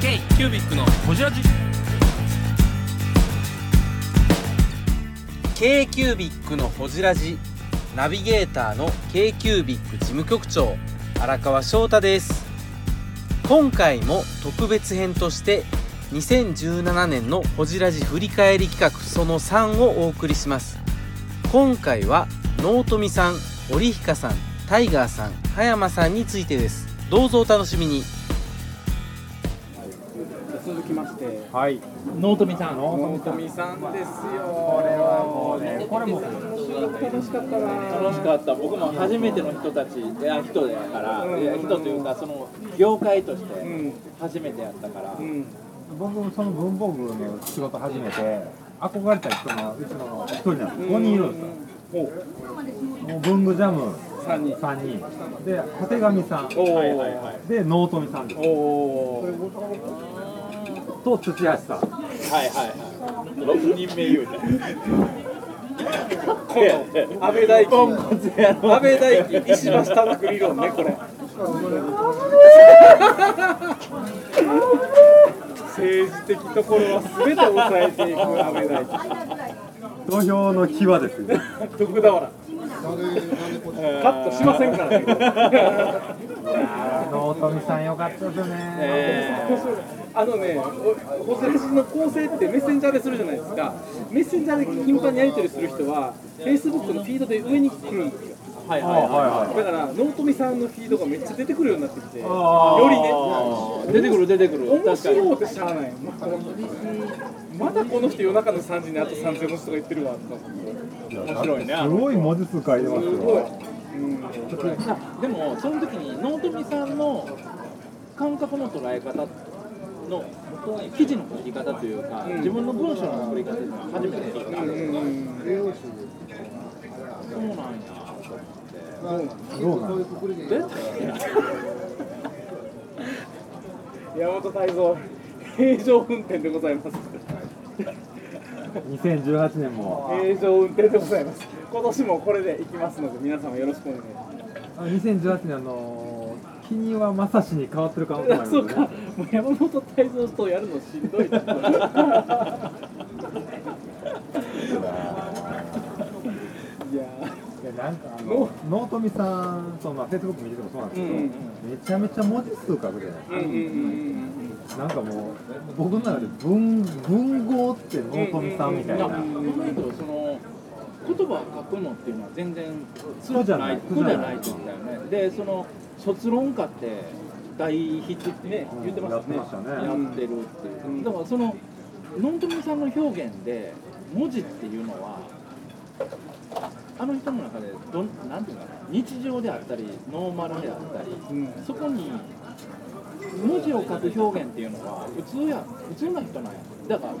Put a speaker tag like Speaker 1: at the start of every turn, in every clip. Speaker 1: キュービックのホジラジ
Speaker 2: k q b i c のほじラジナビゲーターの k q b i c 事務局長荒川翔太です今回も特別編として2017年のほじラジ振り返り企画その3をお送りします今回は納富さん織彦さんタイガーさん葉山さんについてですどうぞお楽しみに
Speaker 3: 続きまして、
Speaker 2: はい
Speaker 1: 納富さん
Speaker 2: 納富さんですよこれはもうね
Speaker 3: これも楽しかったな。
Speaker 4: 楽しかった僕も初めての人たちいや人やから、いや人というかその業界として
Speaker 3: うん、
Speaker 4: 初めてやったから、
Speaker 3: うん、
Speaker 5: 僕もその文房具の仕事始めて憧れた人のうちの一人なんです5人いるんですよもう文具ジャム
Speaker 3: 三人。
Speaker 5: 3人でたてがみさん
Speaker 3: おお、
Speaker 5: で納富さんです
Speaker 3: おお。
Speaker 5: と土橋さん
Speaker 4: はいはいはい6人目言うて
Speaker 3: 安倍大輝。安倍大輝、石橋忠久理論ね、これ。政治的ところは全て抑えていく安倍大輝。
Speaker 5: 土俵の際ですね
Speaker 3: 徳田原。カットしませんからね。
Speaker 5: 納富さんよかったですね、
Speaker 3: あのね、おホセラジの構成ってメッセンジャーでするじゃないですか、メッセンジャーで頻繁にやり取りする人は、フェイスブックのフィードで上に来るんですよ、
Speaker 4: はい
Speaker 5: あ
Speaker 4: はい
Speaker 5: はいはい
Speaker 3: だから、納富さんのフィードがめっちゃ出てくるようになってきて、よ
Speaker 5: あー
Speaker 3: りね、
Speaker 4: 出てくる出てくる
Speaker 3: 面
Speaker 4: 確かに
Speaker 3: 白いってしゃあない、もうまだこの人、夜中の3時にあと3000の人が言ってるわとか思って、面白いね、
Speaker 5: すごい文字数書いてます
Speaker 3: すごい
Speaker 5: よ。
Speaker 4: あでもその時に納富さんの感覚の捉え方の記事の書き方というか、自分の文章の作り方っていうのは初めて聞いた、
Speaker 3: うんうんうん
Speaker 4: そうなんや
Speaker 5: どうなんですか
Speaker 3: 山本泰造、平常運転でございます。
Speaker 5: 2018年も
Speaker 3: 平常運転でございます。今年もこれで行きますので、皆様よろしくお願いします。
Speaker 5: あの2018年あの木庭正史に変わってる可能性もあ
Speaker 3: あ
Speaker 5: り
Speaker 3: そ
Speaker 5: ま
Speaker 3: う
Speaker 5: す
Speaker 3: か、も
Speaker 5: ね
Speaker 3: う山本泰造とやるのしんどいな。いや
Speaker 5: いやなんかあ
Speaker 3: の
Speaker 5: の納富さんとまあフェイスブック見ててもそうなんですけど、
Speaker 3: うんうん
Speaker 5: めちゃめちゃ文字数書くじゃない
Speaker 3: ー、うんうんうん
Speaker 5: ですかなんかもう僕の中で文文豪って納富さんみたいな、
Speaker 4: 考えるとその言葉を書くのっていうのは全然
Speaker 5: そうじゃない
Speaker 4: 苦じゃないって言ったよねでその卒論家って大筆ってね言ってましたね
Speaker 5: やってましたね
Speaker 4: やってるっていう、だからそののんとみさんの表現で文字っていうのはあの人の中でどんなんていうのかな日常であったりノーマルであったり、
Speaker 3: ん
Speaker 4: そこに文字を書く表現っていうのは普通や普通な人なんやだから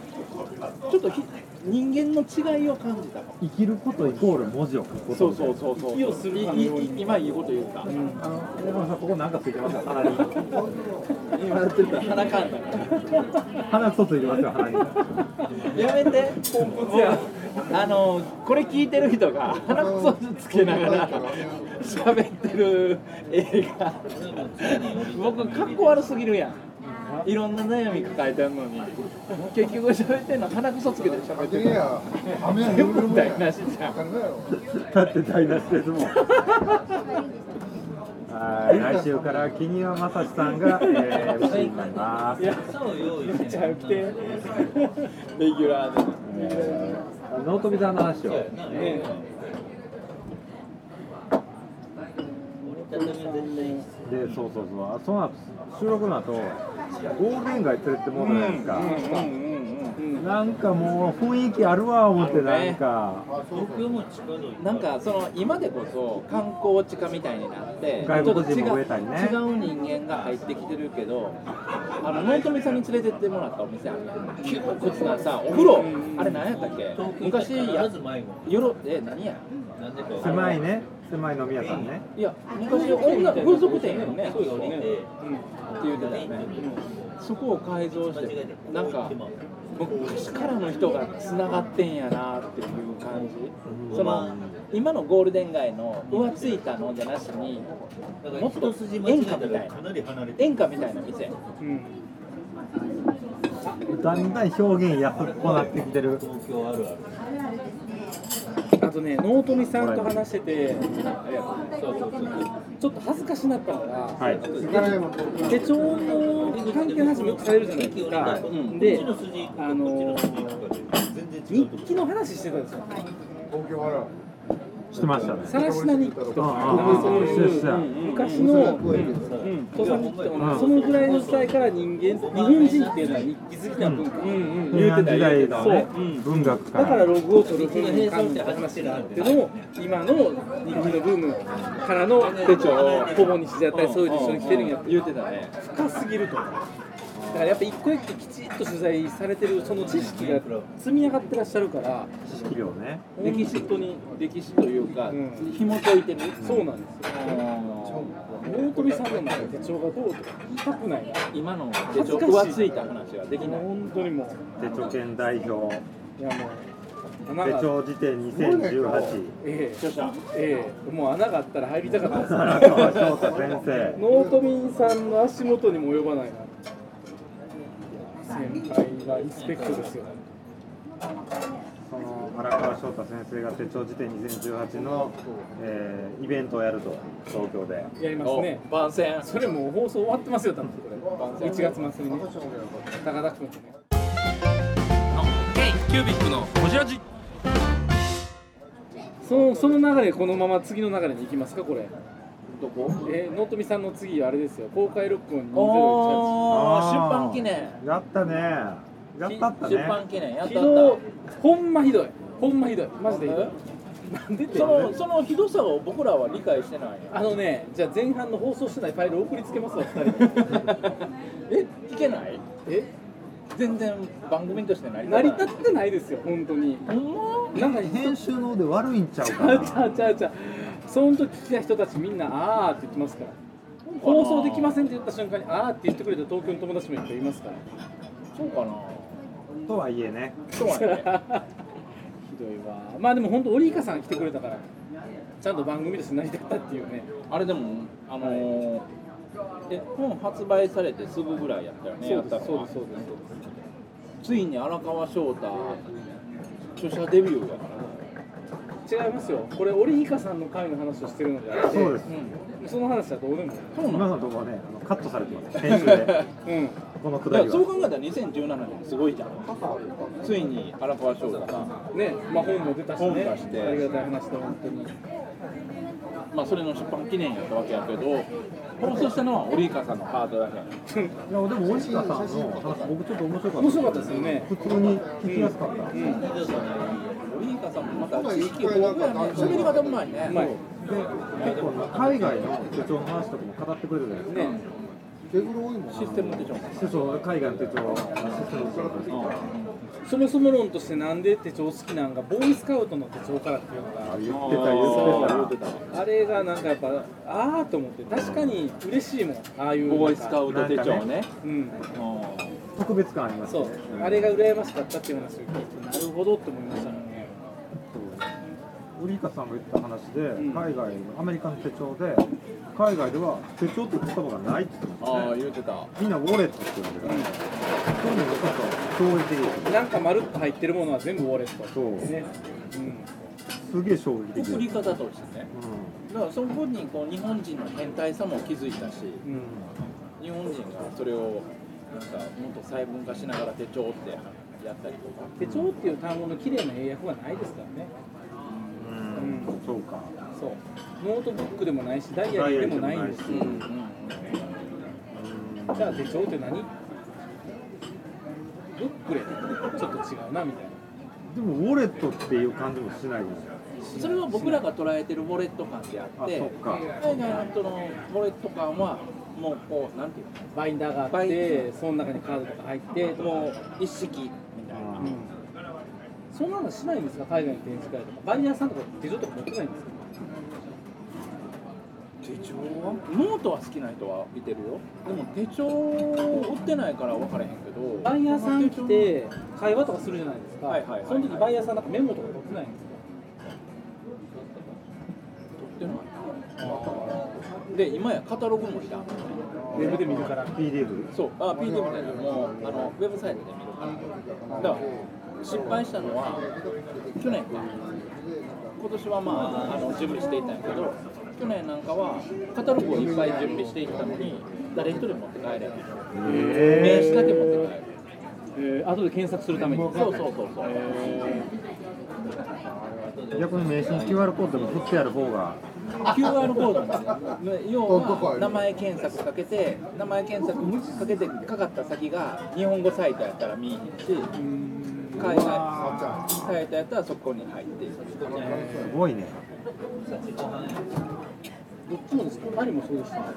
Speaker 4: ちょっとひ人間の違いを感じたかも
Speaker 5: 生きることイコール文字を書くこと
Speaker 4: そうそうそうそう
Speaker 3: 息をするかのように
Speaker 4: いい今いいこと言った、
Speaker 5: あの大村さんここなんかついてますよ鼻
Speaker 4: 今
Speaker 5: に
Speaker 4: やってた鼻かんだか
Speaker 5: 鼻くそついてますよ鼻に
Speaker 4: らやめてポンコツやあのこれ聞いてる人が鼻くそつけながら喋ってる映画僕かっこ悪すぎるやんいろんな悩み抱えてんのに結局喋ってんの鼻くそつけて喋 ってるやん全部台無しじゃん
Speaker 5: だって台無しですもんはい来週から木庭正史さんが、えー、MC になります
Speaker 3: うん。じゃあ来て。
Speaker 4: レギュラーで
Speaker 5: 納富さんの話をでそうそうそうあその後収録の後ゴールデン街連れてもうたじゃないですか、
Speaker 4: うんうん
Speaker 5: なんかもう雰囲気あるわ思ってなんか
Speaker 4: うんなんかその今でこそ観光地化みたいになって
Speaker 5: 外国
Speaker 4: ち
Speaker 5: 人も
Speaker 4: ょっと違う
Speaker 5: 増えたりね
Speaker 4: 違う人間が入ってきてるけどあの納富さんに連れてってもらったお店あるやん窮屈なさお風呂あれ何やったっけ昔や夜え何や
Speaker 5: 狭いね狭い飲み屋さんね
Speaker 4: いや昔女風俗店やんねって言うてたよねそこを改造してなんか昔からの人がつながってんやなっていう感じその今のゴールデン街の浮ついたのじゃなしにもっと演歌みたいな演歌みたいな店
Speaker 3: うん。
Speaker 5: だんだん表現安っぽなってきてる。
Speaker 3: あとね、納富さんと話してて、ありがとうそうそうそうちょっと恥ずかしなったのが、
Speaker 5: はい。
Speaker 3: 手帳の関係の話もよくされるじゃないですか、うんで、あの日記の話してたんですよ、
Speaker 5: してましたね。
Speaker 3: さらしな日記と
Speaker 5: あ
Speaker 3: か
Speaker 5: あ、
Speaker 3: そうい
Speaker 5: そう
Speaker 3: う
Speaker 5: や
Speaker 3: うん昔の登山日記とかも、そのぐらいの時代から人間、日本人っていうのは日記好きな文化、
Speaker 5: 平安時代のね
Speaker 3: そううん
Speaker 5: 文学か
Speaker 3: だから
Speaker 5: ら。
Speaker 3: ログを取る風に感じた話になっての今の人気のブームからの手帳をほぼにしちゃったりそういう手帳に来てるんやって
Speaker 4: 言うてたね
Speaker 3: 深すぎると思うだからやっぱ一個一個きちっと取材されてるその知識が積み上がってらっしゃるから
Speaker 5: 知識量ね。
Speaker 4: 歴史とに歴史というか、
Speaker 3: うん
Speaker 4: 紐解いてる
Speaker 3: そうなんですよ大富さんでも手帳がどうとか言いたくない
Speaker 4: 今の手
Speaker 3: 恥
Speaker 4: 帳
Speaker 3: ずかしい
Speaker 4: 浮ついた話はできない
Speaker 3: 本当にも
Speaker 5: 手帳県代表
Speaker 3: ういやもう穴
Speaker 5: 手
Speaker 3: が
Speaker 5: 帳辞典2018。
Speaker 3: ええええもう穴があったら入りたかったです
Speaker 5: 荒川 翔太先生。
Speaker 3: ノートミンさんの足元にも及ばないな先輩がリスペクトですよ
Speaker 5: その荒川翔太先生が手帳辞典2018の、えーイベントをやると東京で。
Speaker 3: やりますね
Speaker 4: 番宣
Speaker 3: それもう放送終わってますよ多分これ1月末にね高田君とね
Speaker 6: キュービックのこじらじ
Speaker 3: そのその流れこのまま次の流れに行きますかこれ
Speaker 4: どこ
Speaker 3: えー、ノートミンさんの次あれですよ公開録音2018
Speaker 4: おー
Speaker 5: あ
Speaker 4: 出
Speaker 5: ー
Speaker 4: 版記念
Speaker 5: やったね。やったった
Speaker 4: 出版
Speaker 5: ね。
Speaker 4: 記念やっ
Speaker 3: ひ
Speaker 4: た
Speaker 3: ど
Speaker 4: っ
Speaker 3: いほんまひどいほんまひどいマジでひどい
Speaker 4: え
Speaker 3: なんでって
Speaker 4: たそのそのひどさを僕らは理解してない
Speaker 3: あのねじゃあ前半の放送してないファイル送りつけますわ2人
Speaker 4: え
Speaker 3: で
Speaker 4: 聞けない
Speaker 3: え
Speaker 4: 全然番組として成り
Speaker 3: 成り
Speaker 4: 立た
Speaker 3: 立ってないですよ本当に
Speaker 4: ないほんま
Speaker 3: なんか
Speaker 5: 編集の腕悪いんちゃう
Speaker 3: ち
Speaker 5: か
Speaker 3: ゃ
Speaker 5: な
Speaker 3: う。ちゃうちゃうちゃうその時来た人たちみんな「あー」って言ってますから放送できませんって言った瞬間に「あー」って言ってくれた東京の友達もいっぱいいますから
Speaker 4: そうかな
Speaker 5: とはいえね。
Speaker 4: そうやね
Speaker 3: ひどいわまあでも本当オリイカさん来てくれたからちゃんと番組として成り立ったっていうね
Speaker 4: あれでもあのーえ本発売されてすぐぐらいやったよね
Speaker 3: そう
Speaker 4: や
Speaker 3: で
Speaker 4: っ
Speaker 3: す
Speaker 4: たの
Speaker 3: そう
Speaker 4: は
Speaker 3: ですそうですそうです
Speaker 4: ついに荒川翔太著者デビューやから
Speaker 3: 違いますよこれオリイカさんの回の話をしてるのであって
Speaker 5: そうです。
Speaker 3: その話はどうでもいい
Speaker 4: そうな
Speaker 5: 今
Speaker 4: の
Speaker 5: のところね、あのカットされてます。編集で。
Speaker 3: うん
Speaker 5: このく
Speaker 4: だ
Speaker 5: だ
Speaker 4: か
Speaker 5: り
Speaker 4: ら
Speaker 5: は
Speaker 4: そう。考えたら2017年すごいじゃんついに荒川翔太が
Speaker 3: ねまあ本も出たし
Speaker 4: 本
Speaker 3: ね
Speaker 4: 出して
Speaker 3: ありがたい話だ本当に
Speaker 4: まあそれの出版記念やったわけやけど放送したのは折川さんのパートだけやね
Speaker 5: いやでも折川さんの話僕ちょっと面白かった
Speaker 3: 面白かったですよね
Speaker 5: 普通に聞きやすかった、で
Speaker 4: 折川さんもまた地域豊富やね喋り方うまいね
Speaker 3: うまい
Speaker 5: 結構海外の手帳の話とかも語ってくれたじゃないですか、
Speaker 3: ね
Speaker 4: システムでしょ
Speaker 5: 師匠海外の手帳の話してくれたんですよ
Speaker 3: そもそも論としてなんで手帳好きなんかボーイスカウトの手帳からっていうの
Speaker 5: あ
Speaker 3: が
Speaker 5: 言ってた言ってた
Speaker 3: あれがなんかやっぱああと思って確かに嬉しいもんああいう
Speaker 4: ボーイスカウト手
Speaker 5: な
Speaker 4: 帳
Speaker 5: んか
Speaker 4: ね
Speaker 3: うん
Speaker 5: 特別感あります
Speaker 3: そ
Speaker 5: ね
Speaker 3: うあれが羨ましかったっていう話を聞いてなるほどって思いましたね
Speaker 5: ウリカさんが言った話で、
Speaker 3: ん
Speaker 5: 海外のアメリカの手帳で海外では手帳って言葉がないって言ってます
Speaker 4: ああ
Speaker 5: ね
Speaker 4: 言うてた
Speaker 5: みんなウォレットって言うんだけどそういうのがちょっと衝撃的です
Speaker 3: なんかまるっと入ってるものは全部ウォレット
Speaker 5: そう
Speaker 3: ね
Speaker 5: すげえ衝撃的です
Speaker 4: 送り方としてねだからそこにこう日本人の変態さも気づいたし
Speaker 3: うんうん
Speaker 4: 日本人がそれをなんかもっと細分化しながら手帳ってやったりとか
Speaker 3: 手帳っていう単語の綺麗な英訳はないですからね
Speaker 5: うん、うん、そうか
Speaker 3: そうノートブックでもないしダイアリーでもないんですよ
Speaker 5: ダイアリーでもないし
Speaker 3: じゃあ手帳って何ブックレちょっと違うなみたいな
Speaker 5: でもウォレットっていう感じもしないじゃないですか
Speaker 4: それは僕らが捉えてるウォレット感であ
Speaker 5: あ
Speaker 4: っ
Speaker 5: そってか
Speaker 4: 海外の人のウォレット感はもうこうなんていう
Speaker 3: バインダーがあ
Speaker 4: バ
Speaker 3: っ
Speaker 4: イ
Speaker 3: てその中にカードとか入って
Speaker 4: のもう一式みたいな
Speaker 3: うんそんなのしないんですか海外の展示会とかバイヤーさんとか手帳とか持ってないんですか
Speaker 4: 手帳はノートは好きな人はいてるよでも手帳売ってないから分からへんけど
Speaker 3: バイヤーさん来て会話とかするじゃないですか、
Speaker 4: はいはいはいはい
Speaker 3: その時バイヤーさんなんかメモとか取ってないんですか
Speaker 4: 売ってないで今やカタログもいらん
Speaker 3: あ
Speaker 7: ウェブで見るから
Speaker 5: PDF
Speaker 3: そう、あ、p d みたいなのも、あの、ウェブサイトで見るから。だから、失敗したのは、去年か。今年はまあ、あの、準備していたんやけど、去年なんかは、カタログをいっぱい準備していったのに、誰一人持って帰れない。名刺だけ持って帰る。
Speaker 7: えー後で検索するために
Speaker 3: そうそうそうそう。
Speaker 5: 逆に名刺に QR コードが振ってある方が
Speaker 3: QR コードなんですよ要は名前検索かけて名前検索かけてかかった先が日本語サイトやったら見えへんし海外サイトやったらそこに入っていく
Speaker 5: すごいね
Speaker 7: どっちもですかパリもそうでした
Speaker 3: パ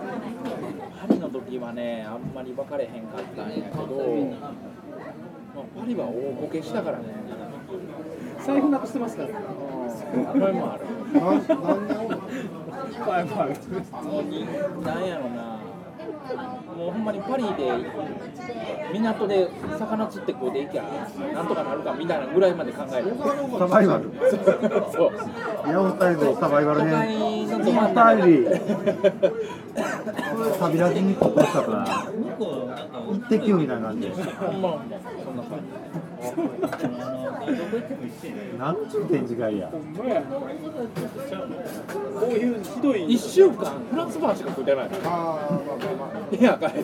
Speaker 3: リの時はねあんまり分かれへんかったんやけど、まあ、パリは大ボケしたからね
Speaker 7: 財布なくしてますから
Speaker 3: これもあるなんやろなもうほんまにパリで港で魚釣って食うていきゃなんとかなるかみたいなぐらいまで考える
Speaker 5: サバイバル
Speaker 3: そう
Speaker 5: いやお二人のサバイバル
Speaker 3: 都
Speaker 5: 編
Speaker 3: 会のど真ん中
Speaker 5: 二人 旅立ちにここしたから一滴みたいな感じ
Speaker 3: ほんまほんまそんな感
Speaker 5: なんちゅう展示会や
Speaker 7: ほんまやこういうひど
Speaker 3: じ
Speaker 7: い
Speaker 3: 1週間フランスパンしか食ってないの部屋帰って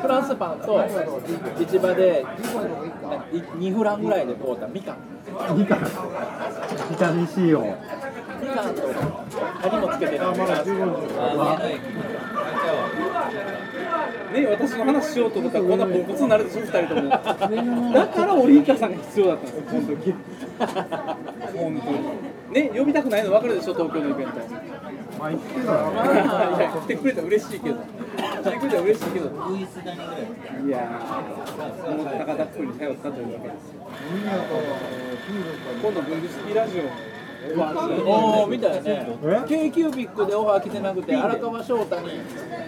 Speaker 3: フランスパンと市場で2フランぐらいで買うたみかん
Speaker 5: みかんビタミン C を
Speaker 3: みかんと何もつけてないフランスパン
Speaker 7: ね私の話しようと思ったらこんなポンコツになるでしょ二人ともだからオリンカさんが必要だったんですこの時本当にね呼びたくないの分かるでしょ東京のイベント
Speaker 5: まあ言ってたら
Speaker 7: いや来てくれたら嬉しいけど来てくれたら嬉しいけどいやーその高田君に頼ったというわけですよ今度ブングスキーラジオ
Speaker 3: おーみたいね
Speaker 5: え
Speaker 3: k キュービックでオファー来てなくて荒川翔太に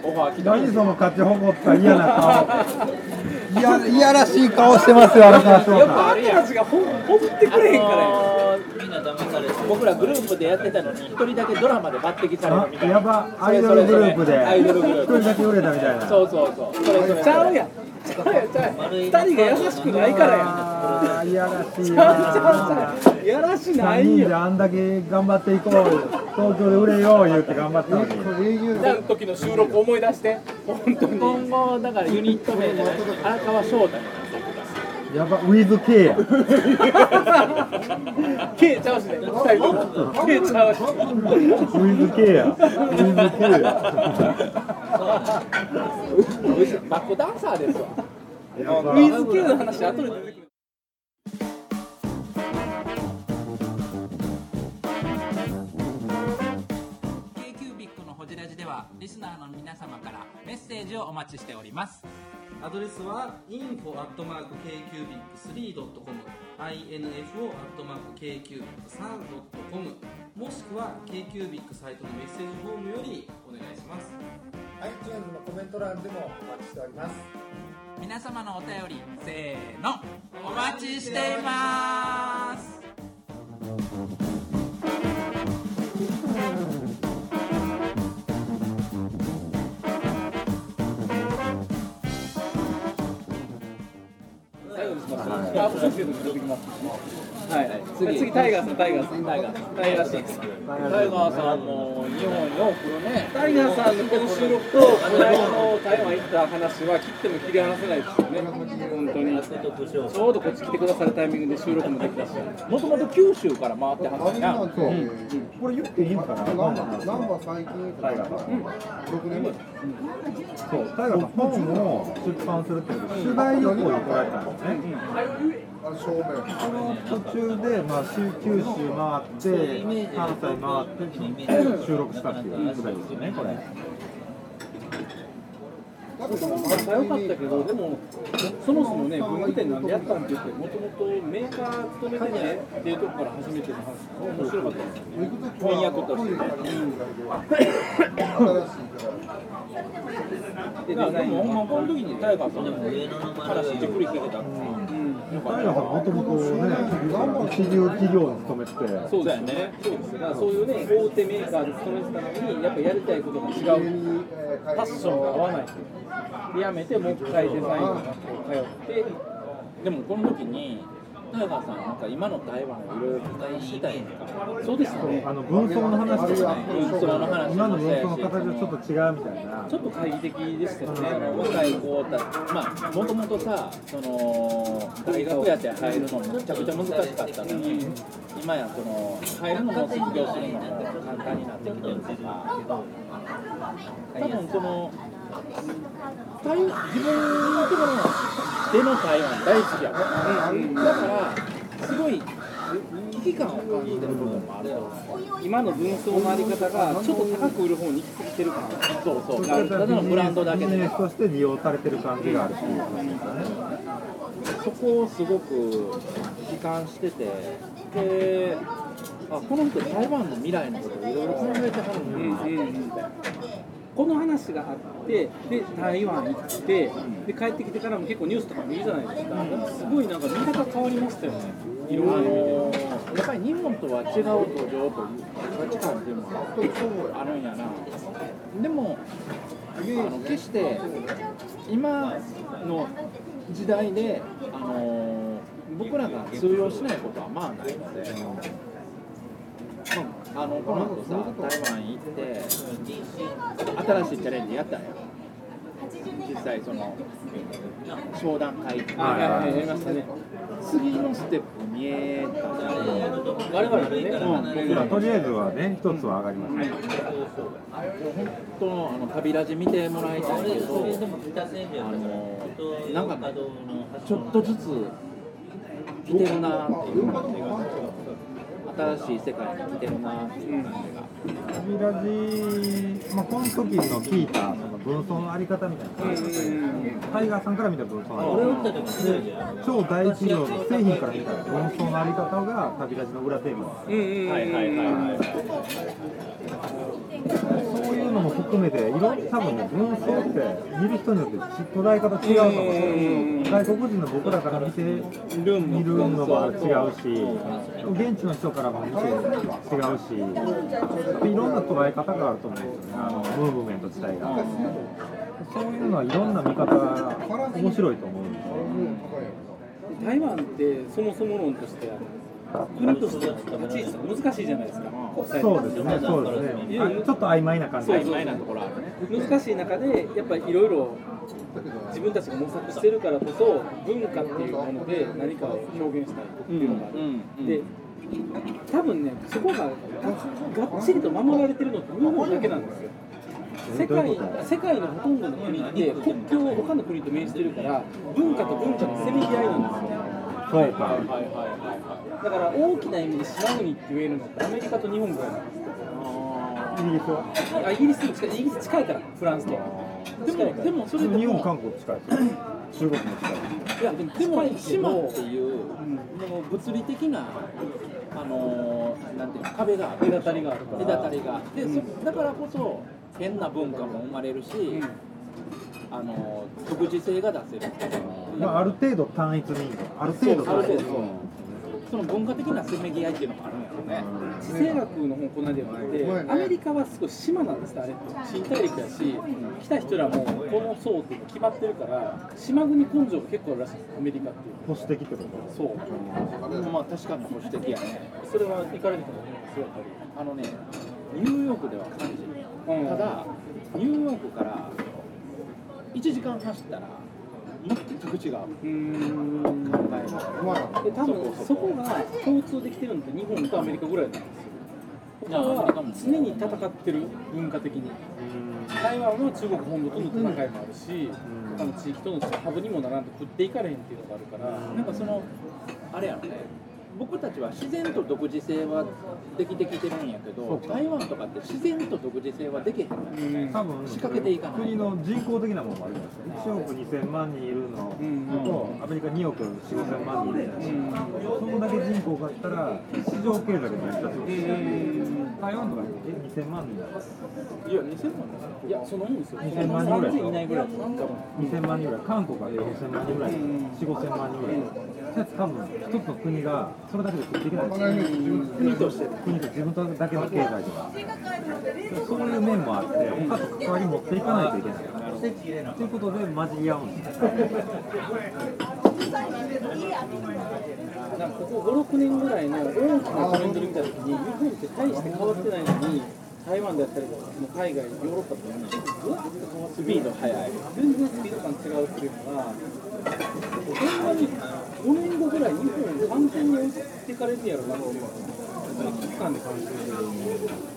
Speaker 3: オファー来た
Speaker 5: 何その勝ち誇った嫌な顔いやいやらしい顔してますよ荒川翔
Speaker 3: よ
Speaker 5: 太
Speaker 3: くあるやん
Speaker 7: 俺たちがほほぶってくれへんからや
Speaker 3: あのー僕らグループでやってたのに一人だけドラマで抜擢され
Speaker 5: あ
Speaker 3: るみたいな
Speaker 5: やばアイドルグループで
Speaker 3: アイドルグル
Speaker 5: 一
Speaker 3: ープ
Speaker 5: 人だけ売れたみたいな
Speaker 3: そうそうそうそれそれ
Speaker 7: ちゃうやんちゃうやんちゃうやん二人が優しくないからやん
Speaker 5: あーいやらしい
Speaker 7: ちゃ
Speaker 5: な
Speaker 7: うちゃうちゃうやらしな
Speaker 5: 3
Speaker 7: い
Speaker 5: 人で
Speaker 7: よ
Speaker 5: あんだけ頑張っていこう東京で売れよう言って頑張ったのに
Speaker 7: あの時の収録思い出して本当に
Speaker 3: 今後だからユニット名じゃない荒川翔太になって
Speaker 5: やばウィズ K や
Speaker 7: K ちゃうしね二人とも K ちゃうし
Speaker 5: ウィズ K やウィズ K や
Speaker 3: るバックダンサーですわ
Speaker 5: やば
Speaker 7: ウィズ K の話後で出てくる
Speaker 4: アドレスは info.kcubic3.com info.kcubic3.com もしくは KQBIC サイトのメッセージフォームよりお願いします
Speaker 8: iTunes のコメント欄でもお待ちしております
Speaker 9: 皆様のお便りせーのお待ちしています
Speaker 7: 最後にしますあ僕の生徒に出てきますはい次次タイガーさんタイガーさんタイガーさんタイガーさん
Speaker 3: タイガーさんも日本よく来るね
Speaker 7: タイガーさんのこの収録と、この間の台湾行った話は切っても切り離せないですよね、本当に。ちょうどこっち来てくださるタイミングで収録もできたし、
Speaker 3: もともと九州から回ってはったんやな
Speaker 5: これ言っていいんかなそうタイガーさん本を出版するってことで取材旅行に来られたんですねその途中で、まあ、九州回って関西回って収録したっていう舞台ですよねこれ
Speaker 7: 仲良かったけど、でも、そもそもね、文具店なんでやったんって言って、もともとメーカー勤めてねっていうとこから初めての話、面白かったです。
Speaker 8: 翻訳として
Speaker 7: で、デ
Speaker 3: で
Speaker 7: ザイン
Speaker 3: もほん
Speaker 7: も。
Speaker 3: まこの時にタイガーさんの話じっくり聞けたっていう
Speaker 7: うん
Speaker 5: 平さんもともとね一流企業に勤めてて
Speaker 3: そうだよね
Speaker 7: そうですだからそういうね大手メーカーで勤めてたのにやっぱやりたいことが違うファッションが合わないでやめてもう一回デザインの学校通って
Speaker 3: でもこの時に田中さんなんか今の台湾をいろいろ期待してたやんか
Speaker 7: そうですよね
Speaker 5: あの文装の話とかね
Speaker 3: 運送の話
Speaker 5: 今の
Speaker 3: もそう
Speaker 5: 文
Speaker 3: やし
Speaker 5: 装の形はちょっと違うみたいな
Speaker 7: ちょっと懐疑的でしたよね
Speaker 3: 若い子たちまあもともとさその大学やって入るのもめちゃくちゃ難しかったのに今やその入るのも卒業するのも簡単になってきてるから多分その台自分のところでの台湾大好きやから、だからすごい危機感を感じてる部分もあるやろ
Speaker 7: 今の文装のあり方がちょっと高く売る方に行き過ぎてるかな
Speaker 3: そうそうただのブランドだけ
Speaker 5: ビジネ
Speaker 3: で
Speaker 5: スとして利用されてる感じがあるっていう感じですね
Speaker 3: そこをすごく悲観しててであこの人台湾の未来のことをいろいろ考えてはるんだな、
Speaker 7: この話があってで台湾行ってで帰ってきてからも結構ニュースとか見るじゃないですかなんかすごいなんか見方変わりましたよねいろんな
Speaker 3: あ
Speaker 7: 意味で
Speaker 3: のやっぱり日本とは違う土壌という価値観っていうのがあるんやなでもあの決して今の時代であの僕らが通用しないことはまあないので、まあ、あのこの後さ台湾行って新しいチャレンジやったんや実際その商談会
Speaker 7: はいはいはいやりましたね
Speaker 3: 次のステップ見えたじゃん
Speaker 7: 我々ね、
Speaker 5: 僕らとりあえずはね一つは上がりましたね
Speaker 3: とあの旅ラジ見てもらいたいけど、あのなんかねちょっとずつ来てるなっていう感じが、新しい世界に来てるなっていう感じが。
Speaker 5: 旅ラジまあこの時の聞いたその文装のあり方みたいな感じでタイガーさんから見た文装のあり方超大企業の製品から見た文装のあり方が旅立ちの裏テーマ
Speaker 7: うんうん
Speaker 3: はいはいはいはい。
Speaker 5: そういうのも含めていろんな多分ね文装って見る人によって捉え方違うと思うんですよ外国人の僕らから見て見るのは違うし現地の人からも見て違うしいろんな捉え方があると思うんですよねあのムーブメント自体がそういうのはいろんな見方が面白いと思うんですよね
Speaker 7: 台湾ってそもそも論として国として立ち位置とか難しいじゃないですか国際的
Speaker 5: そうで
Speaker 7: に
Speaker 5: すね、そうですね。あちょっと曖昧な感じ。
Speaker 3: 曖昧なところあるね。
Speaker 7: 難しい中でやっぱりいろいろ自分たちが模索してるからこそ文化っていうもので何かを表現したいっていうのがある、で多分ねそこがががっちりと守られてるのって日本だけなんですよ世
Speaker 5: どうい
Speaker 7: 界
Speaker 5: うこと
Speaker 7: 世界のほとんどの国って国境を他の国と面してるから文化と文化のせめぎ合いなんですよ
Speaker 5: そうか。
Speaker 7: だから大きな意味で島国って言えるのってアメリカと日本ぐらいなんですよ
Speaker 5: イギリスは。
Speaker 7: あイギリスに近いイギリス近いからフランスとでもでもそれでも
Speaker 5: 日本、韓国近いですよ。中国も近い。
Speaker 7: いやでも
Speaker 3: で
Speaker 7: 近い
Speaker 3: も
Speaker 7: け
Speaker 3: 島
Speaker 7: ど
Speaker 3: っていう、もう物理的な、あのーなんていうの壁がある
Speaker 7: 隔たりがあるから
Speaker 3: 隔たりがで、そだからこそ変な文化も生まれるし、あのー独自性が出せる
Speaker 5: まあある程度単一民族、ある程度
Speaker 3: そうある程度
Speaker 5: うん
Speaker 3: その文化的なせめぎ合いっていうのもあるんやろね、
Speaker 7: 地政学の本この間読んでてアメリカはすごい島なんですってあれ新大陸だし来た人らもこの層って決まってるから島国根性が結構あるらしいですアメリカってい
Speaker 5: 保
Speaker 7: う
Speaker 5: 守的ってこと。
Speaker 7: そう
Speaker 3: まあ確かに保守的やね
Speaker 7: それは行かれると思うんですよやっぱ
Speaker 3: あのねニューヨークでは感じる
Speaker 7: り、うん
Speaker 3: ただニューヨークから1時間走ったら全く違う考
Speaker 7: うーん
Speaker 3: えが
Speaker 7: で多分そこが共通できてるのって日本とアメリカぐらいなんですよ他は常に戦ってる文化的に台湾は中国本土との戦いもあるし他の地域とのハブにもならんと食っていかれへんっていうのがあるから
Speaker 3: なんかそのあれやろね僕たちは自然と独自性はできてきてるんやけど台湾とかって自然と独自性はできへんのよ
Speaker 7: うん
Speaker 5: 多分
Speaker 3: 仕掛けていかない
Speaker 5: 国の人口的なものもあるんですよね。1億2000万人いるのとアメリカ2億4 5千万人いるの。そこだけ人口があったら市場経済が成り立つんですよ。台湾とかえ2000万人だ。
Speaker 3: いや2000万
Speaker 7: いやそのいいですよ
Speaker 5: 2000万人ぐらい
Speaker 7: 3000いないぐらいですよ多分
Speaker 5: 2000万人ぐらい、韓国は4000万人ぐらい、4、5000万人ぐらい、多分一つの国がそれだけでできないです
Speaker 3: 国として
Speaker 5: 国と自分だけの経済ではそういう面もあって他と関わり持っていかないといけないということで混じり合うんです
Speaker 7: なんかここ5、6年ぐらいの大きなトレンドで見たときに、日本って大して変わってないのに、台湾であったりとか、もう海外、ヨーロッパとか、結構ぐわっと変わってスピード速い。全然スピード感違うっていうのが、ほんまに5年後ぐらい、日本完全に置いていかれてやろうなっていうのは、危機感で感じてる。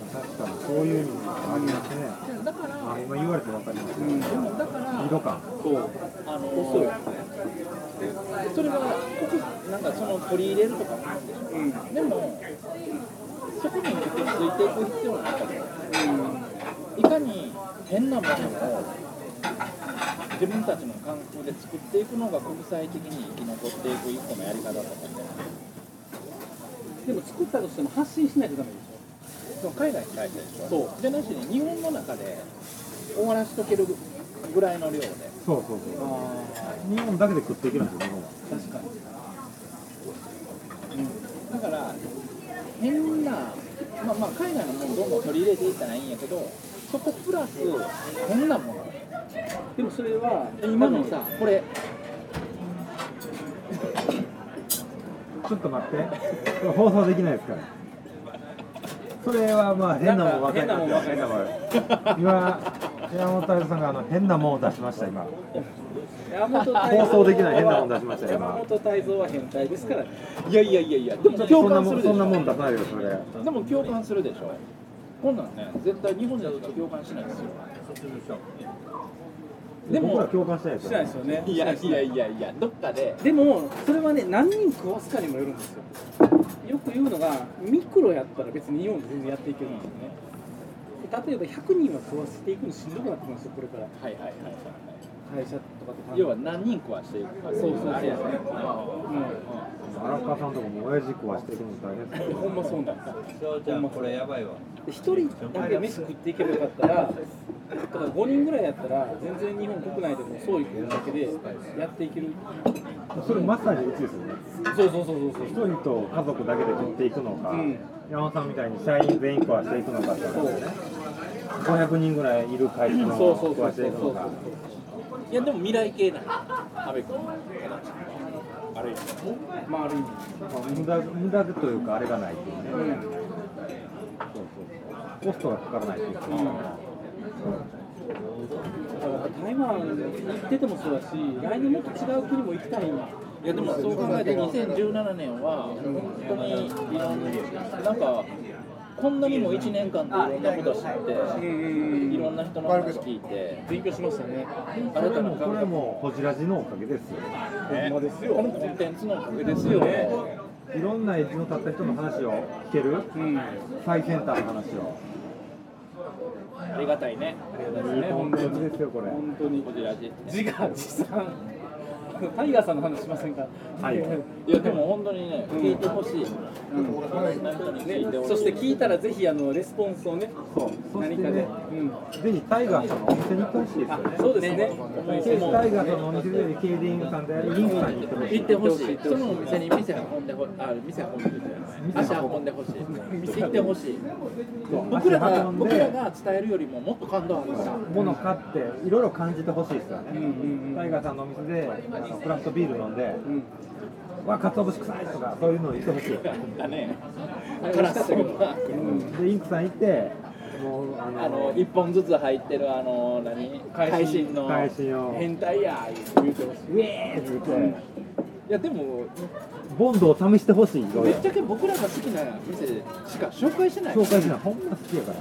Speaker 5: 確かにそういう意味もありますねあ今言われて分かりますね色感
Speaker 7: そう、あの遅いよね。
Speaker 3: それはここなんかその取り入れるとかもあるんでしょ、でもそこに結局ついていく必要はなかった、いかに変なものを自分たちの感覚で作っていくのが国際的に生き残っていく一個のやり方とかみたいな
Speaker 7: でも作ったとしても発信しないとダメでしょ。
Speaker 3: その海外に対してでしょ
Speaker 7: そう
Speaker 3: じゃなしに日本の中で終わらしとけるぐらいの量で
Speaker 5: そうそうそう日本だけで食っていけるんですよ日本は
Speaker 3: 確かに、だから変な、まあ、まあ海外のものどんどん取り入れていったらいいんやけどそこプラス変なもの
Speaker 7: でもそれは、
Speaker 3: 今のさこれ
Speaker 5: ちょっと待ってこれ放送できないですからそれはまあ変なもん分かりますよ変なもん今山本太郎さんがあの変なもんを出しました今
Speaker 7: 山本
Speaker 5: 放送できない変なもん
Speaker 7: だ
Speaker 5: 出しましたよ
Speaker 7: 山
Speaker 5: 今
Speaker 7: 本泰造は変態ですからね。
Speaker 3: いやいやいやいやでも
Speaker 5: そ
Speaker 3: 共
Speaker 5: んな
Speaker 3: 感
Speaker 5: も
Speaker 3: す
Speaker 5: ん
Speaker 3: るで
Speaker 5: そ
Speaker 3: し
Speaker 5: んな
Speaker 3: ょ
Speaker 5: もん出さないよそれ
Speaker 3: でも共感するでしょこんなんね絶対日本人だと共感しないですよで
Speaker 5: 僕ら
Speaker 3: も
Speaker 5: 共感してないです
Speaker 7: しな
Speaker 5: よ
Speaker 7: いですよね。
Speaker 3: いやいやいやいやどっかで
Speaker 7: でもそれはね何人食わすかにもよるんですよよく言うのがミクロやったら別にイオンで全然やっていけるんですよねで例えば100人は食わしていくのしんどくなってきますよこれから
Speaker 3: はいはいはいはい
Speaker 7: 会社とかって
Speaker 3: 要は何人食わしていくかってい
Speaker 7: そうそうそう
Speaker 3: あれやね
Speaker 5: 荒川さんとかも親父食わしていくの大変ですよ
Speaker 7: うんほんまそうなんですほんまこれやばいわ1人だけ飯食っていけばよかったらだから5人ぐらいやったら全然日本国内でも創意工夫だけでやっていける
Speaker 5: それまさにうちですよね
Speaker 7: そうそうそうそうそ
Speaker 5: 一
Speaker 7: う
Speaker 5: 人と家族だけで食っていくのか、
Speaker 7: うん
Speaker 5: 山本さんみたいに社員全員食わしていくのかっていうのはね500人ぐらいいる会社
Speaker 7: そう
Speaker 5: を
Speaker 7: そう
Speaker 5: 食
Speaker 7: そ
Speaker 5: わ
Speaker 7: う
Speaker 5: して
Speaker 7: そう
Speaker 5: いく
Speaker 7: そ
Speaker 5: の
Speaker 7: う
Speaker 5: か
Speaker 3: いやでも未来系だ阿部君ある意味
Speaker 7: まあある意味
Speaker 5: まあ無駄無駄というかあれがないっていうね、そうそうそうコストがかからないっていうか、
Speaker 7: だから台湾行っててもそうだし、来年もっと違う国も行きたいな。
Speaker 3: いやでもそう考えたら2017年は本当にいろんななんかこんなにも1年間でいろんなこと知っていろんな人の話聞いて
Speaker 7: 勉強しましたね。
Speaker 3: 新
Speaker 5: そ
Speaker 3: たな
Speaker 5: れも
Speaker 3: 感
Speaker 5: これ
Speaker 3: 覚
Speaker 5: もホジラジのおかげですよ
Speaker 7: ほんまです
Speaker 3: この
Speaker 7: よ。
Speaker 3: コンテンツのおかげですよね
Speaker 5: いろんなエッジの立った人の話を聞ける
Speaker 7: うん。
Speaker 5: 最先端の話を
Speaker 3: ありがたいね
Speaker 5: いいコンテンツですよこれ
Speaker 7: 本当に。
Speaker 3: こちらで
Speaker 7: 自画自賛。タイガーさんの話しませんか。
Speaker 5: はい
Speaker 3: いやでも本当にね聞いてほしい
Speaker 7: そして聞いたらぜひあのレスポンスをね、
Speaker 5: そうそし
Speaker 7: 何
Speaker 5: て
Speaker 7: かで。
Speaker 5: ね
Speaker 7: うん。
Speaker 5: ぜひタイガーさんのお店に行ってほしいですよね
Speaker 7: そうですね。
Speaker 5: ケースタイガーさんのお店であり、ケイディングさんであり、リンクさんに行ってほしい
Speaker 3: 行ってほしい。そのお店に店運んでほあ店運んでるじゃない。足運んでほしい。行ってほしい。僕らが僕らが伝えるよりももっと感動あるさ。
Speaker 5: 物買って、いろいろ感じてほしいですよね、タイガーさんのお店であのクラフトビール飲んで、わ、かつお節臭いとか、そういうのを言ってほしいよね、
Speaker 3: だね。からすごい
Speaker 5: で、リンクさん行って、もう、あ
Speaker 3: あの
Speaker 5: の、
Speaker 3: 一本ずつ入ってるあの何会心の
Speaker 5: 返しを、
Speaker 3: 変態や言うてほしい。
Speaker 5: ウェーって言って、
Speaker 3: いやでも
Speaker 5: ボンドを試してほしい、いろい
Speaker 3: ぶ
Speaker 5: ろ
Speaker 3: っちゃけ僕らが好きな店しか紹介してない。
Speaker 5: 紹介しない、ほんま好きやから。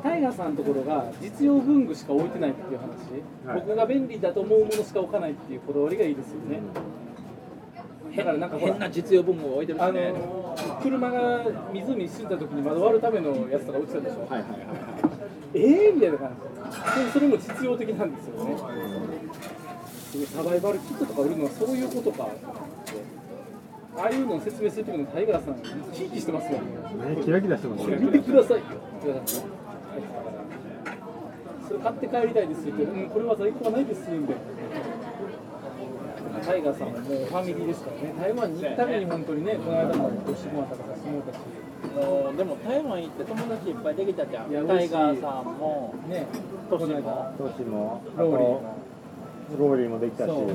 Speaker 7: タイガーさんのところが実用文具しか置いてないっていう話、
Speaker 5: はい
Speaker 7: 僕が便利だと思うものしか置かないっていうこだわりがいいですよね、だからなんかほら
Speaker 3: 変な実用文具置いてるし
Speaker 7: あ
Speaker 3: ね。
Speaker 7: のー車が湖に沈んだ時に窓割るためのやつとか売ってたでしょ、
Speaker 3: はいはいはいはい。
Speaker 7: ええー、みたいな感じでそれも実用的なんですよねでサバイバルキットとか売るのはそういうことかと思ってああいうのを説明する時のタイガーさん生き生きしてますよね
Speaker 5: ね、キラキラしてます
Speaker 7: 見て
Speaker 5: ね。
Speaker 7: くださいよってなってそれ買って帰りたいですよって、うん、これは在庫がないですよみたいなタイガーさんはもうファミリーですからね、台湾に行くために本当にね、この間もごしてもらったから、そう思ったし、
Speaker 3: もうでも台湾行って友達いっぱいできたじゃん
Speaker 7: いや
Speaker 3: タイガーさんも
Speaker 7: ね、
Speaker 3: トシも
Speaker 5: どっちもあと
Speaker 7: ローリーも、
Speaker 5: ローリーもできたし
Speaker 7: そう、うん、メ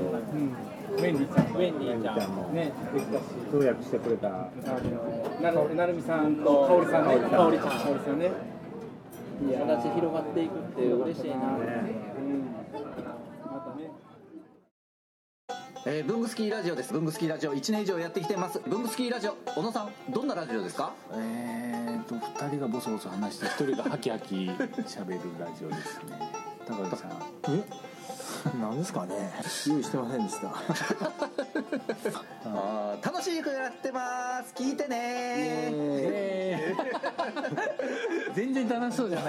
Speaker 7: ンディーちゃん
Speaker 3: ウ
Speaker 7: もね、
Speaker 3: ェンディーちゃんも
Speaker 7: できたし、
Speaker 5: 通訳してくれた
Speaker 7: あのなるなるみさんと香織さんね、
Speaker 3: 香織さん
Speaker 7: 香織さんね、いやー
Speaker 3: 友達広がっていくって嬉しいな
Speaker 5: ね
Speaker 7: うん、またね。
Speaker 10: えー、ブングスキーラジオですブングスキーラジオ1年以上やってきてますブングスキーラジオ小野さんどんなラジオですか
Speaker 11: えーと2人がボソボソ話して1人がハキハキ喋るラジオですね高橋さん
Speaker 12: えなんですかね用意してませんでした
Speaker 10: あー楽しくやってます聞いてね
Speaker 11: 全然楽しそうじゃな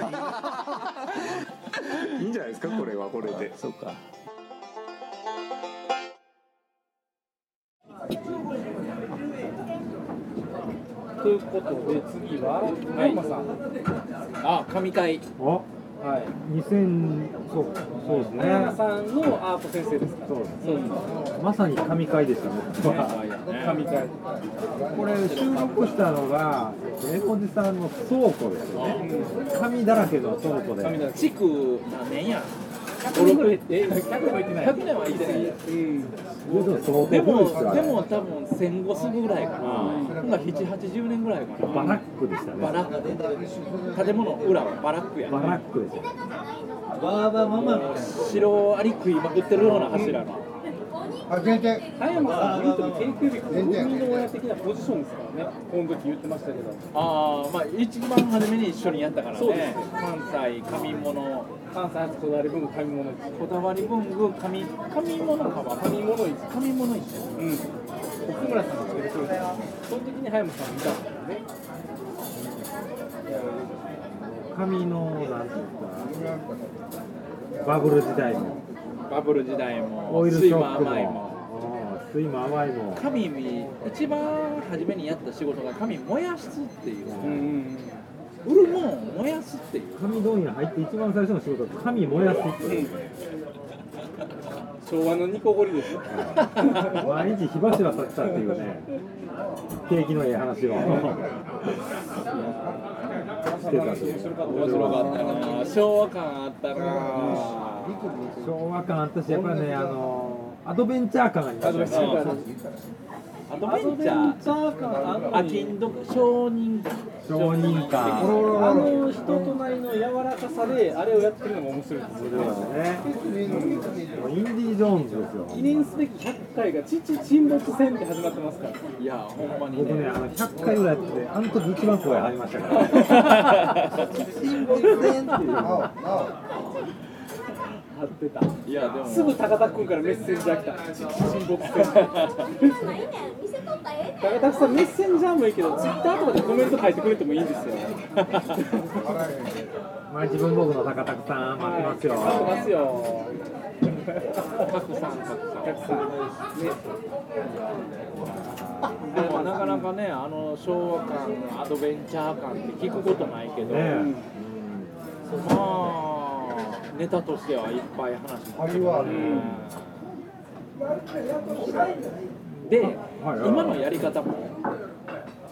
Speaker 11: い
Speaker 12: いいんじゃないですかこれはこれで
Speaker 11: そうか
Speaker 7: ということで次は青山さん、
Speaker 3: あ神会
Speaker 5: お
Speaker 7: はい、
Speaker 5: 2000そうそうです
Speaker 7: 青山
Speaker 5: ね
Speaker 7: さんのアート先生ですから。
Speaker 5: そう
Speaker 7: うん、
Speaker 5: まさに神回でしたね僕は
Speaker 7: 神回。
Speaker 5: これ収録したのが猫じさんの倉庫ですよね紙だらけの倉庫で
Speaker 7: 神だ。
Speaker 3: 地区何年や
Speaker 7: 100人ぐらい、え、100はいってない。
Speaker 3: 100年は行ってない
Speaker 7: うん。
Speaker 3: で
Speaker 5: で
Speaker 3: もでも多分戦後すぐぐらいかな、ほんなら780年ぐらいかな
Speaker 5: バラックでしたね
Speaker 3: バラック建物裏はバラックや
Speaker 5: バ
Speaker 3: な
Speaker 5: ラックですよね
Speaker 3: 白アリ食いまくってるような柱の、
Speaker 8: あ全然
Speaker 7: 青山さんは、本当に KQB の生みの親的なポジションですからね。この時言ってましたけど。
Speaker 3: ああまあ一番初めに一緒にやったから
Speaker 7: そうで
Speaker 3: ね
Speaker 7: す
Speaker 3: 関西上物
Speaker 7: 関西発こだわり文具紙物です。
Speaker 3: こだわり文具紙紙物かは
Speaker 7: 紙物市。
Speaker 3: 紙物一緒
Speaker 7: うん。奥村さんがやってくれた。その時に葉山さん見たんですよね。
Speaker 5: 紙のなんていうかバブル時代も
Speaker 3: バブル時代も
Speaker 5: オイルショック
Speaker 3: 水も甘いも
Speaker 5: も水も甘いも
Speaker 3: 紙に一番初めにやった仕事が紙燃やすっていう
Speaker 7: うんうん
Speaker 3: 売るもんを燃やすっていう
Speaker 5: 紙問屋入って一番最初の仕事は紙燃やすっていう
Speaker 7: うん。昭和のニコゴリですよ。
Speaker 5: 毎日火柱立ってたっていうね景気のええ話をしてたという
Speaker 3: 面白かったな昭和感あったな
Speaker 5: 昭和感あったしやっぱりねあのアドベンチャー感ありましたね
Speaker 3: アドベンチャーあきんど商人
Speaker 5: 商人
Speaker 8: あ
Speaker 5: 感
Speaker 7: あ
Speaker 8: の
Speaker 7: の人となりの柔らかさであれをやってるのが面白いです
Speaker 5: それはねもうインディ・ジョーンズですよ
Speaker 7: 記念すべき100回が父沈没戦って始まってますから
Speaker 3: いやほんまに
Speaker 5: 僕ね
Speaker 3: ね
Speaker 5: あの100回ぐらいやっててあの時一番声張りましたから
Speaker 7: 貼ってた
Speaker 3: いやでも
Speaker 7: すぐ高田君からメッセンジャー来た父沈没戦高田さんメッセンジャーもいいけどツイッターとかでコメント書いてくれてもいいんですよ
Speaker 5: まあ自分僕の高田さん待ってますよ、
Speaker 7: 待ってますよ
Speaker 3: たくさんたくさん
Speaker 7: お客さんね
Speaker 3: でもなかなかね、あの昭和感、アドベンチャー感って聞くことないけど、
Speaker 5: ねえ
Speaker 3: まあ、ネタとしてはいっぱい話もある
Speaker 8: は
Speaker 3: で、
Speaker 5: はいはい
Speaker 3: 今のやり方も、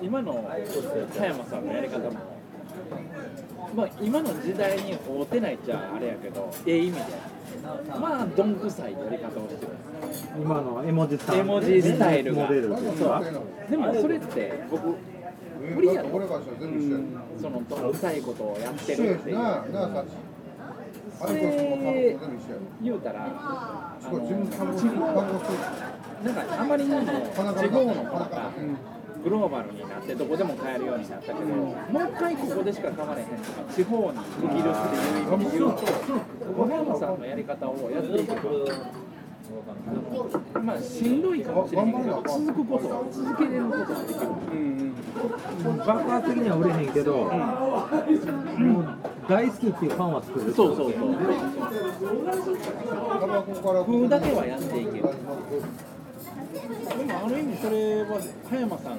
Speaker 3: 今の田山さんのやり方も、まあ、今の時代に合うてないっちゃあれやけど、ええ意味で、まあ、どんくさいやり方をしてる。
Speaker 5: 今の絵文字スタイル
Speaker 3: 絵文字スタイルが
Speaker 5: モデルっていうんですか
Speaker 3: でもそれって僕無理やろそのどんくさいことをやってるっていう言うたらあのなんかあまりにも地方の方がグローバルになってどこでも買えるようになったけどもう一回ここでしか買われへんとか地方に区切るっていう意味で言うと小山さんのやり方をやっていけばあのまあしんどいかもしれへんけど続くことは続けれることができる。
Speaker 5: 爆発的には売れへんけど、もう大好きっていうファンは作れる
Speaker 3: そうそうそう風だけはやっていけるでもある意味それは葉山さんが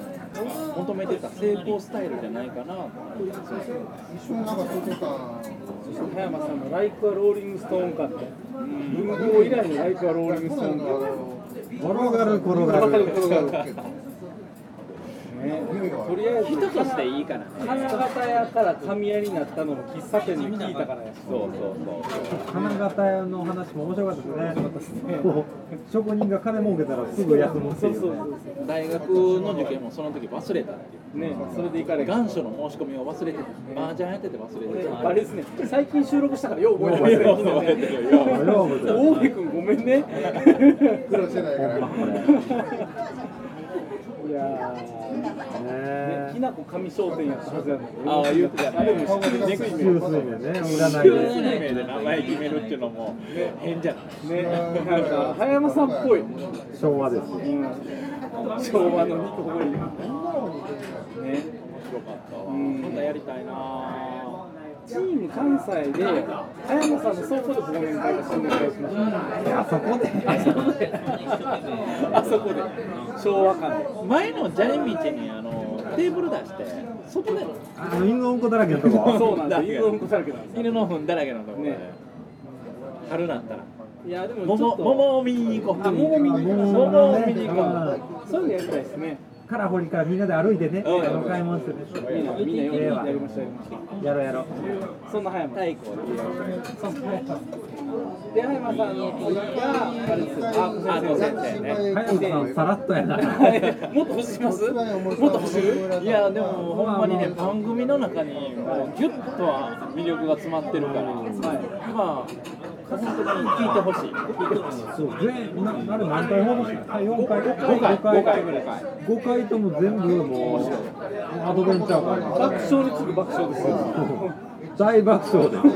Speaker 3: 求めてた成功スタイルじゃないかなと思って
Speaker 7: 葉山さんの「ライクはローリングストーンか」って文豪以来の「ライクはローリングストーンか」
Speaker 5: 転がる転がる
Speaker 7: 転がる転がるね、とりあえず
Speaker 3: 人としていいからね
Speaker 7: 金型屋から神屋になったのも喫茶店に聞いたからやし
Speaker 3: そうそう
Speaker 5: 金型屋の話も面白かったですね
Speaker 7: 面白かったですね
Speaker 5: こう職人が金儲けたらすぐ休むって
Speaker 3: そ
Speaker 5: いうう
Speaker 3: そうそう大学の受験もその時忘れたっていう
Speaker 7: ねそれで行かれ
Speaker 3: 願書の申し込みを忘れて麻雀やってて忘れて
Speaker 7: あれですね最近収録したからよう覚えてます
Speaker 3: もうよう覚えてる
Speaker 5: よよう覚えてる
Speaker 7: 大部君ごめんね
Speaker 8: 苦労してないから。
Speaker 7: いやー、ね、きなこ上商店やったはずやのに
Speaker 3: ああ言うてたね
Speaker 7: あれも
Speaker 5: 地球水面ね占
Speaker 3: 急
Speaker 5: いで
Speaker 3: に名で名前決めるっていうのも変じゃない
Speaker 7: ねなんか早山さんっぽい、うん、
Speaker 5: 昭和ですね
Speaker 7: 昭和の肉ほい
Speaker 3: 面白か
Speaker 7: ね
Speaker 3: ったわ
Speaker 7: ん
Speaker 3: またやりたいなぁ
Speaker 7: チーム関西で早山さんの倉庫で忘年会が新年会しました
Speaker 5: あそこで
Speaker 7: あそこであそこで昭和感
Speaker 3: 前の砂利道にあのテーブル出してそこで
Speaker 5: あの犬のうんこだらけのとこ
Speaker 7: そうなんですよ犬のうんこだらけなんですよ
Speaker 3: 犬の糞だらけのところで、
Speaker 7: ね
Speaker 3: 春なったら
Speaker 7: いやでもちょ
Speaker 3: 桃
Speaker 7: っと
Speaker 3: 桃を見に行こう
Speaker 7: あ桃見に行こう
Speaker 3: 桃を見に行こ
Speaker 5: あ
Speaker 3: う
Speaker 5: ー
Speaker 7: そういうのやりたいですね
Speaker 5: カラホリからみんなで歩いてねあ
Speaker 3: うん
Speaker 5: の買い物してね
Speaker 7: みんなみんなよ
Speaker 5: ええ
Speaker 7: や
Speaker 5: わ
Speaker 7: りましたやりました
Speaker 5: やろうやろう
Speaker 7: そんな葉山太鼓そんな葉山で葉山さんの次があれですよああの先生ね
Speaker 5: 早山さんさらっとやな
Speaker 3: もっと欲しますもっと欲しいいやでもほんまにね番組の中にもうギュッとは魅力が詰まってるから、まあ本当に聞いてほしい聞いてほしい
Speaker 5: そう全なあれ何回放送したあ四回
Speaker 3: 5回5回ぐらい
Speaker 5: 五回とも全部もうアドベンチャー
Speaker 7: 爆笑に次ぐ爆笑ですよ
Speaker 5: 感大爆笑で
Speaker 13: この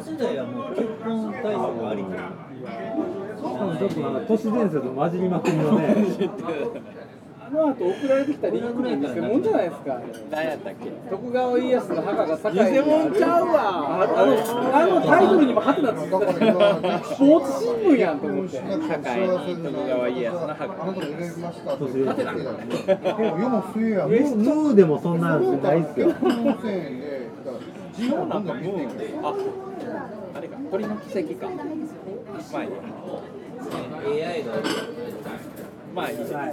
Speaker 13: 世代はもう結婚対策ありき
Speaker 5: しかもちょっとなんか都市伝説の混じりまくりのね
Speaker 7: あの後送られてきたリンクの偽物じゃないですか
Speaker 3: 何やったっけ
Speaker 7: 徳川家康の墓が境にある
Speaker 3: 偽物ちゃうわ
Speaker 7: ああのあのタイトルにもハテナついてたからスポーツ新聞やんと思って
Speaker 5: もうヌーでもそんなんじゃないっすよ
Speaker 3: ああれか鳥の奇跡かまあいいや
Speaker 13: AI が
Speaker 3: まあいいや